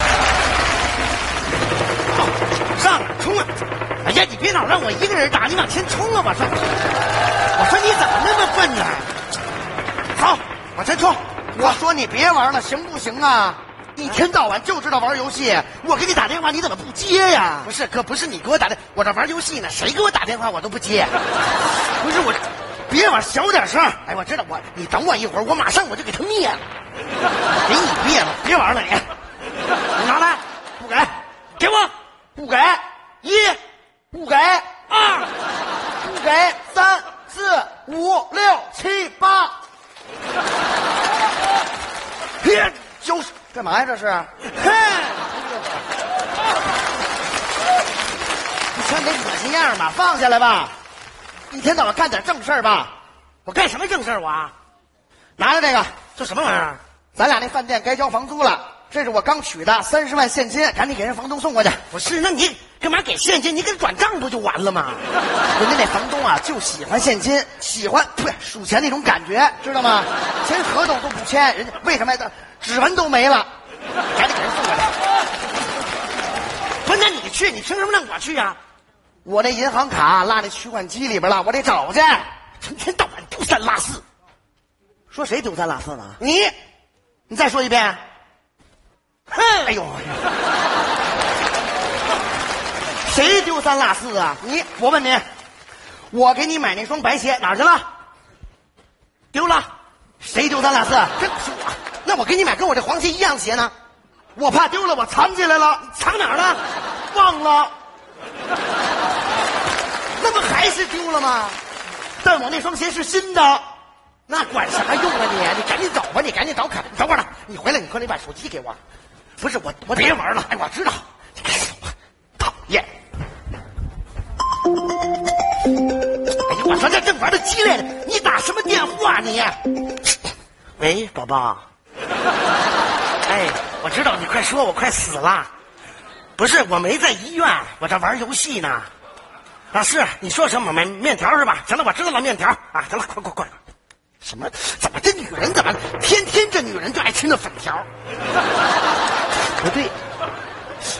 啊我，哎呀，你别老让我一个人打，你往前冲啊！我说，我说你怎么那么笨呢？走，往前冲！我说你别玩了，行不行啊？一天到晚就知道玩游戏，我给你打电话你怎么不接呀不？是哥，不是你给我打的，我这玩游戏呢，谁给我打电话我都不接。不是我，别玩，小点声！哎，我知道，我你等我一会儿，我马上我就给他灭了。给你灭了，别玩了你！你拿来，不给，给我不给，一，不给，二，不给，三四五六七八，嘿，九十，干嘛呀这是？嘿，你瞧你恶心样吧，放下来吧，一天到晚干点正事儿吧。我干什么正事儿我啊？拿着这个，这什么玩意儿？啊咱俩那饭店该交房租了，这是我刚取的三十万现金，赶紧给人房东送过去。不是，那你干嘛给现金？你给转账不就完了吗？人家那房东啊，就喜欢现金，喜欢对数钱那种感觉，知道吗？签合同都不签，人家为什么呀？指纹都没了，赶紧给人送过去。不是，那你去，你凭什么让我去啊呀、我那银行卡落那取款机里边了，我得找去。成天到晚丢三落四，说谁丢三落四呢？你，你再说一遍。哼，哎呦，谁丢三落四啊？你，我问你，我给你买那双白鞋哪儿去了？丢了，谁丢三落四？真不是我，那我给你买跟我这黄鞋一样的鞋呢，我怕丢了，我藏起来了，藏哪儿了？忘了。那不还是丢了吗？但我那双鞋是新的，那管啥用啊你？你赶紧走吧，你赶紧找凯。等会儿呢，你回来，你快点把手机给我。不是我，我别玩了哎，我知道，你赶紧走吧。讨厌！哎呀，我说这正玩的激烈呢，你打什么电话你？喂，宝宝。哎，我知道你快说，我快死了。不是，我没在医院，我这玩游戏呢。啊，是你说什么面面条是吧？行了，我知道了，面条啊，行了，快快快！什么？怎么这女人怎么天天这女人就爱吃那粉条？ 不对，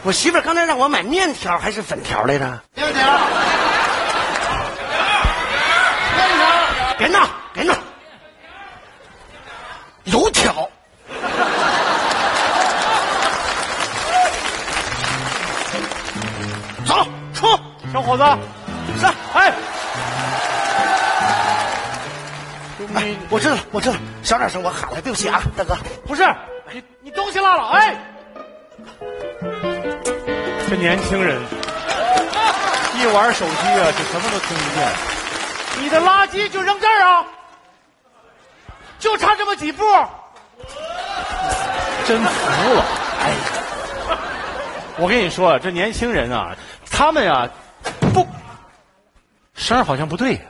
我媳妇儿刚才让我买面条还是粉条来着？面条，面条，别闹，别闹，油条。走，出，小伙子，上！哎，哎，我知道了，我知道了，小点声，我喊了，对不起啊，大哥。不是你，你东西落了，哎，这年轻人一玩手机啊，就什么都听不见。你的垃圾就扔这儿啊，就差这么几步，真服了。哎，我跟你说啊，这年轻人啊，他们呀、不，声儿好像不对呀、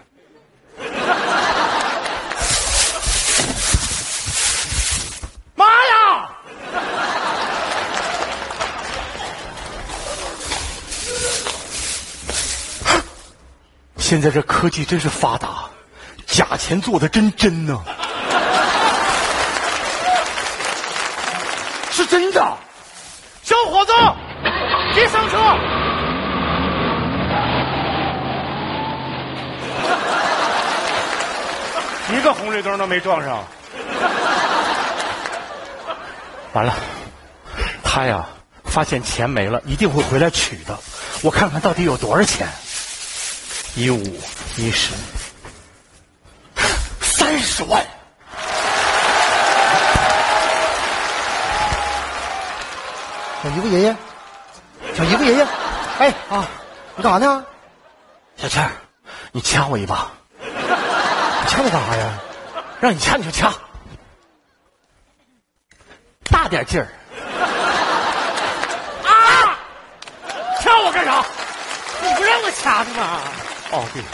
妈呀！ 现在这科技真是发达，假钱做的真真呢、是真的。小伙子，别上车！一个红绿灯都没撞上。完了，他呀发现钱没了，一定会回来取的。我看看到底有多少钱。一五一十，三十万。小姨夫爷爷，小姨夫爷爷，哎啊，你干啥呢？小倩儿，你掐我一把，你 掐我干啥呀？让你掐你就掐，大点劲儿。 啊！掐我干啥？你不让我掐的吗？哦，对了，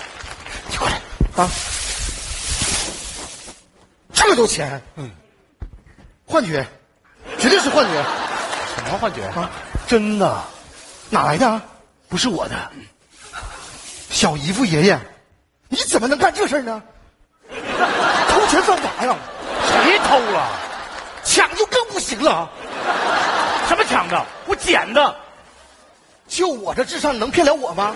你啊过来。这么多钱？嗯，幻觉，绝对是幻觉，啊什么幻觉？真的，哪来的啊？不是我的。小姨夫爷爷，你怎么能干这事儿呢？偷钱犯法呀！谁偷啊了？抢就更不行了。什么抢的？我捡的。就我这智商，你能骗了我吗？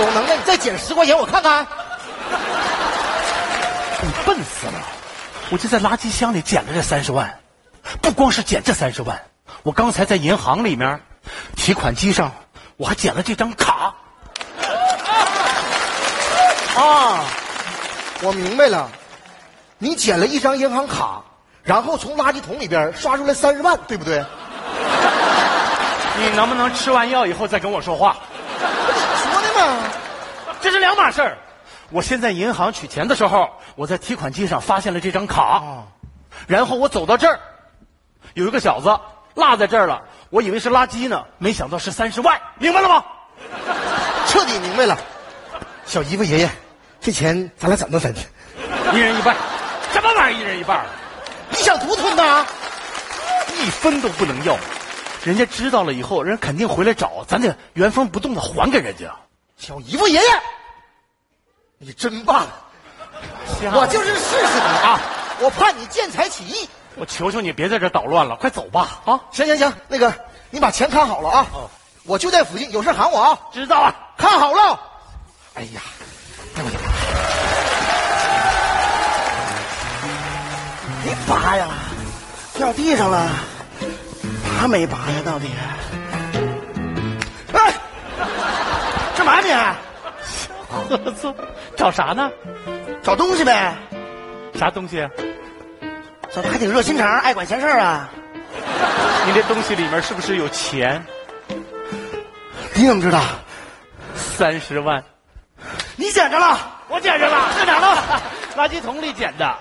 有能耐你再减十块钱，我看看。你笨死了！我就在垃圾箱里捡了这三十万，不光是捡这三十万，我刚才在银行里面提款机上我还捡了这张卡。啊，我明白了，你捡了一张银行卡，然后从垃圾桶里边刷出来三十万，对不对？你能不能吃完药以后再跟我说话？说的嘛，这是两码事儿。我先在银行取钱的时候，我在提款机上发现了这张卡，然后我走到这儿，有一个小子落在这儿了，我以为是垃圾呢，没想到是三十万，明白了吗？彻底明白了。小姨夫爷爷，这钱咱俩怎么分？一人一半，什么玩意儿一人一半？你想独吞呐？一分都不能要。人家知道了以后，人家肯定回来找，咱得原封不动的还给人家。小姨夫爷爷，你真棒！啊我就是试试你啊！我怕你见财起意。我求求你别在这捣乱了，快走吧！啊，行行行，那个你把钱看好了啊！我就在附近，有事喊我啊！知道了，看好了。哎呀，别拔呀，掉地上了，拔没拔呀？到底？哎，干嘛你？啊合作 找啥呢？找东西呗，啥东西？啊怎么还挺热心肠，爱管闲事儿啊？你这东西里面是不是有钱？你怎么知道？三十万，你捡着了？我捡着了，在哪了？ 垃圾桶里捡的。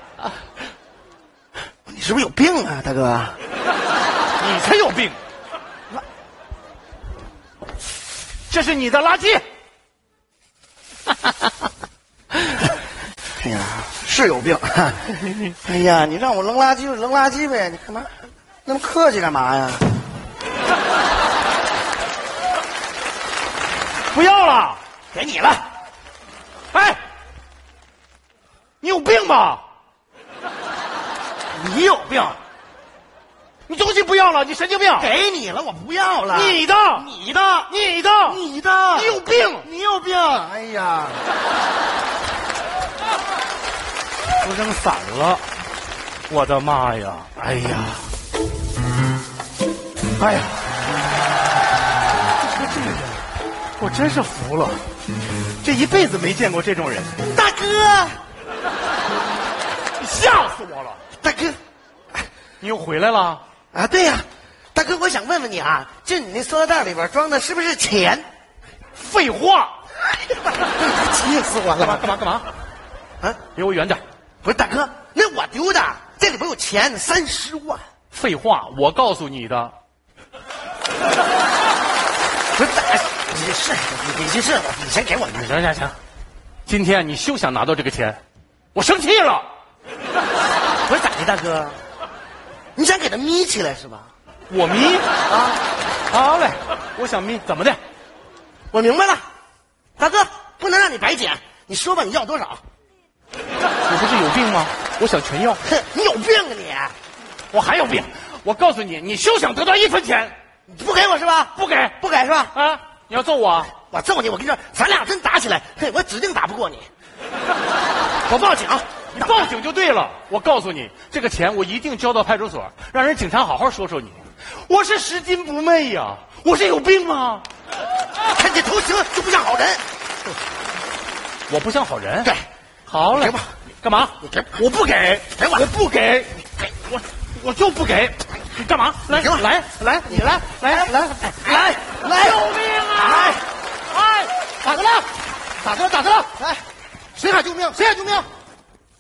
你是不是有病啊，大哥？你才有病！这是你的垃圾。哎呀，是有病！ 哎呀，你让我扔垃圾就扔垃圾呗，你干嘛那么客气干嘛呀？不要了，给你了，哎，你有病吧？你有病，你东西不要了，你神经病！给你了，我不要了。你的，你的，你的，你的，你有病！你有病！哎呀，都扔散了，我的妈呀！哎呀，哎呀，我真是服了，这一辈子没见过这种人，大哥，吓死我了！大哥，你又回来了？啊，对呀、大哥，我想问问你啊，就你那塑料袋里边装的是不是钱？ 废话，气死我干嘛了！干嘛干嘛？啊，离我远点！不是大哥，那我丢的，这里边有钱，三十万。废话，我告诉你的，不是大，你这是你你这是你先给我拿。行行行，今天你休想拿到这个钱，我生气了。不是咋的，大哥？你想给他眯起来是吧？我眯啊，好嘞，我想眯，怎么的？我明白了，大哥不能让你白捡，你说吧，你要多少？我不是有病吗？我想全要，哼，你有病啊我还有病。我告诉你，你休想得到一分钱，你！你不给我是吧？不给不给是吧？啊！你要揍我啊？我揍你！我跟你说，咱俩真打起来，嘿，我指定打不过你。我报警，你报警就对了。我告诉你，这个钱我一定交到派出所，让人警察好好说说你。我是拾金不昧呀、我是有病吗？看你这头型就不像好人。我不像好人。对，好嘞给吧，干嘛？你给我不给，给我我不给，我我就不给，你干嘛？来给我来来，你来来来来来救命啊！来，哎，咋的了？咋的了？咋的了？来，谁喊救命？谁喊救命？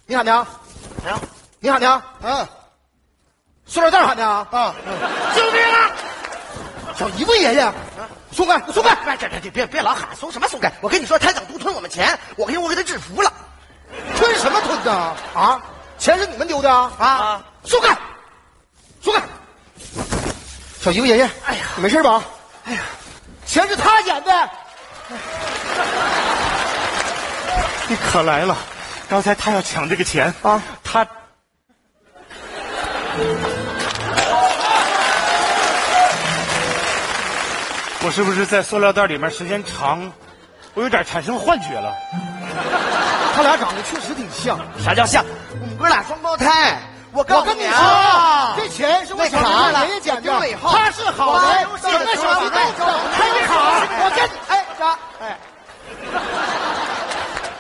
你喊的啊？没有，你喊的啊？嗯。塑料袋喊的啊？嗯啊。救命啊！小姨夫爷爷，松开，松开！啊别别别别别老喊，松什么松？松开！我跟你说，他想独吞我们钱，我给我给他制服了。吞什么吞呐？啊，钱是你们丢的啊！啊，松开，松开！小姨夫爷爷，哎呀，没事吧？哎呀，钱是他捡的。你可来了，刚才他要抢这个钱啊，他我是不是在塑料袋里面时间长，我有点产生幻觉了？他俩长得确实挺像，啥叫像？我嗯们哥俩双胞胎。我告我诉跟你啊说，这钱是我那小啥时候了给爷爷捡丢的了以，后他是好我人还，整个小区哎都知道。开开好好，我跟你哎，啥？哎，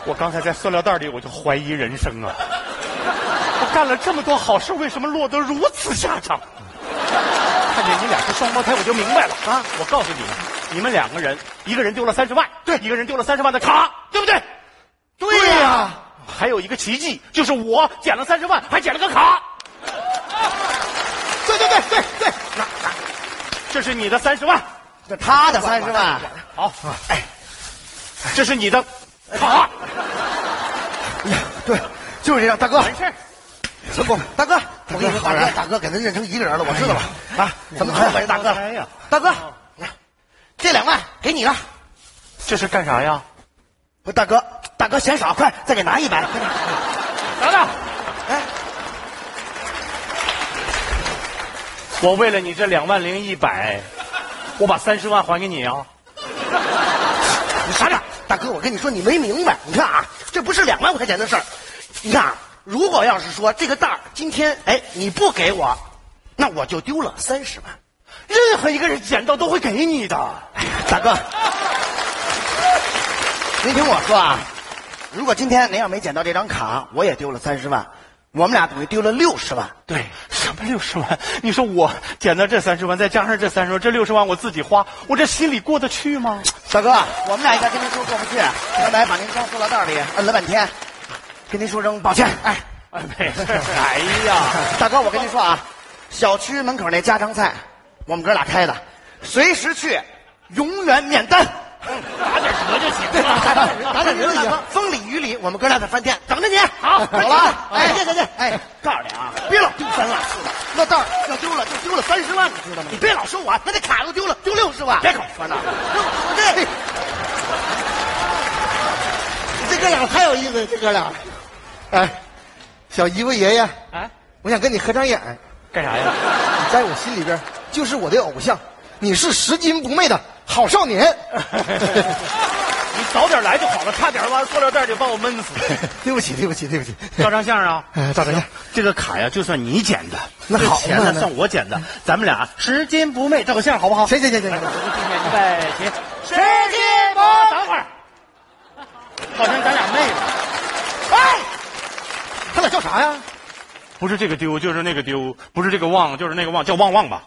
我刚才在塑料袋里我就怀疑人生啊！我干了这么多好事，为什么落得如此下场？看见你俩是双胞胎，我就明白了啊！我告诉你们，你们两个人，一个人丢了三十万，对，一个人丢了三十万的卡，对不对？对呀，还有一个奇迹，就是我捡了三十万，还捡了个卡。对对对对对，这是你的三十万，这他的三十万，好，哎，这是你的卡，对，就是这样，大哥，完事儿。成功，大哥，哎我我跟跟你你说，说，大哎大哥哥，，大哥给他认成一个人了，我知知道道了了。啊，怎怎么么看看我这我这大大哥哥？呀，大哥，这两万给你了。这是干啥呀？不，大哥，大哥嫌少，快再给拿一百。等等，哎，我为了你这两万零一百，我把三十万还给你啊！你傻点，大哥，我跟你说，你没明白。你看啊，这不是两万块钱的事儿。你看啊，如果要是说这个袋儿今天哎你不给我，那我就丢了三十万。任何一个人捡到都会给你的。哎呀，大哥，您听我说啊，如果今天您要没捡到这张卡，我也丢了三十万，我们俩等于丢了六十万。对，什么六十万？你说我捡到这三十万，再加上这三十万，这六十万我自己花，我这心里过得去吗？大哥，我们俩一下跟您说过不去，刚才把您装塑料袋里摁了半天，跟您说声抱歉。哎，哎，没事儿。哎呀，大哥，我跟您说啊，小区门口那家常菜，我们哥俩开的，随时去，永远免单。打点折就行打点人大行哥，风里雨里，我们哥俩在饭店等着你。好走走了了，，哎，再见再见。哎，告诉你啊，别老丢三落四的，那袋儿要丢了就丢了三十万，你知道吗？你别老说我，那那卡又丢了，丢六十万。别跟跟我我说呢，我这这哥俩太有意思，这哥俩。哎，小姨夫爷爷，哎，我想跟你合张影，干啥呀？你在我心里边就是我的偶像，你是拾金不昧的好少年。 你早点来就好了，差点把塑料袋就把我闷死。 对不起，对不起，对不起。照张相啊！哎，赵大爷，这个卡呀，就算你捡的，那这好钱那呢那算我捡的，咱们俩拾金不昧，照个相好不好？行行行行行。拜起，拾金不等会儿，好像咱俩妹了。哎，他俩叫啥呀？不是这个丢，就是那个丢；不是这个忘，就是那个忘，叫旺旺吧？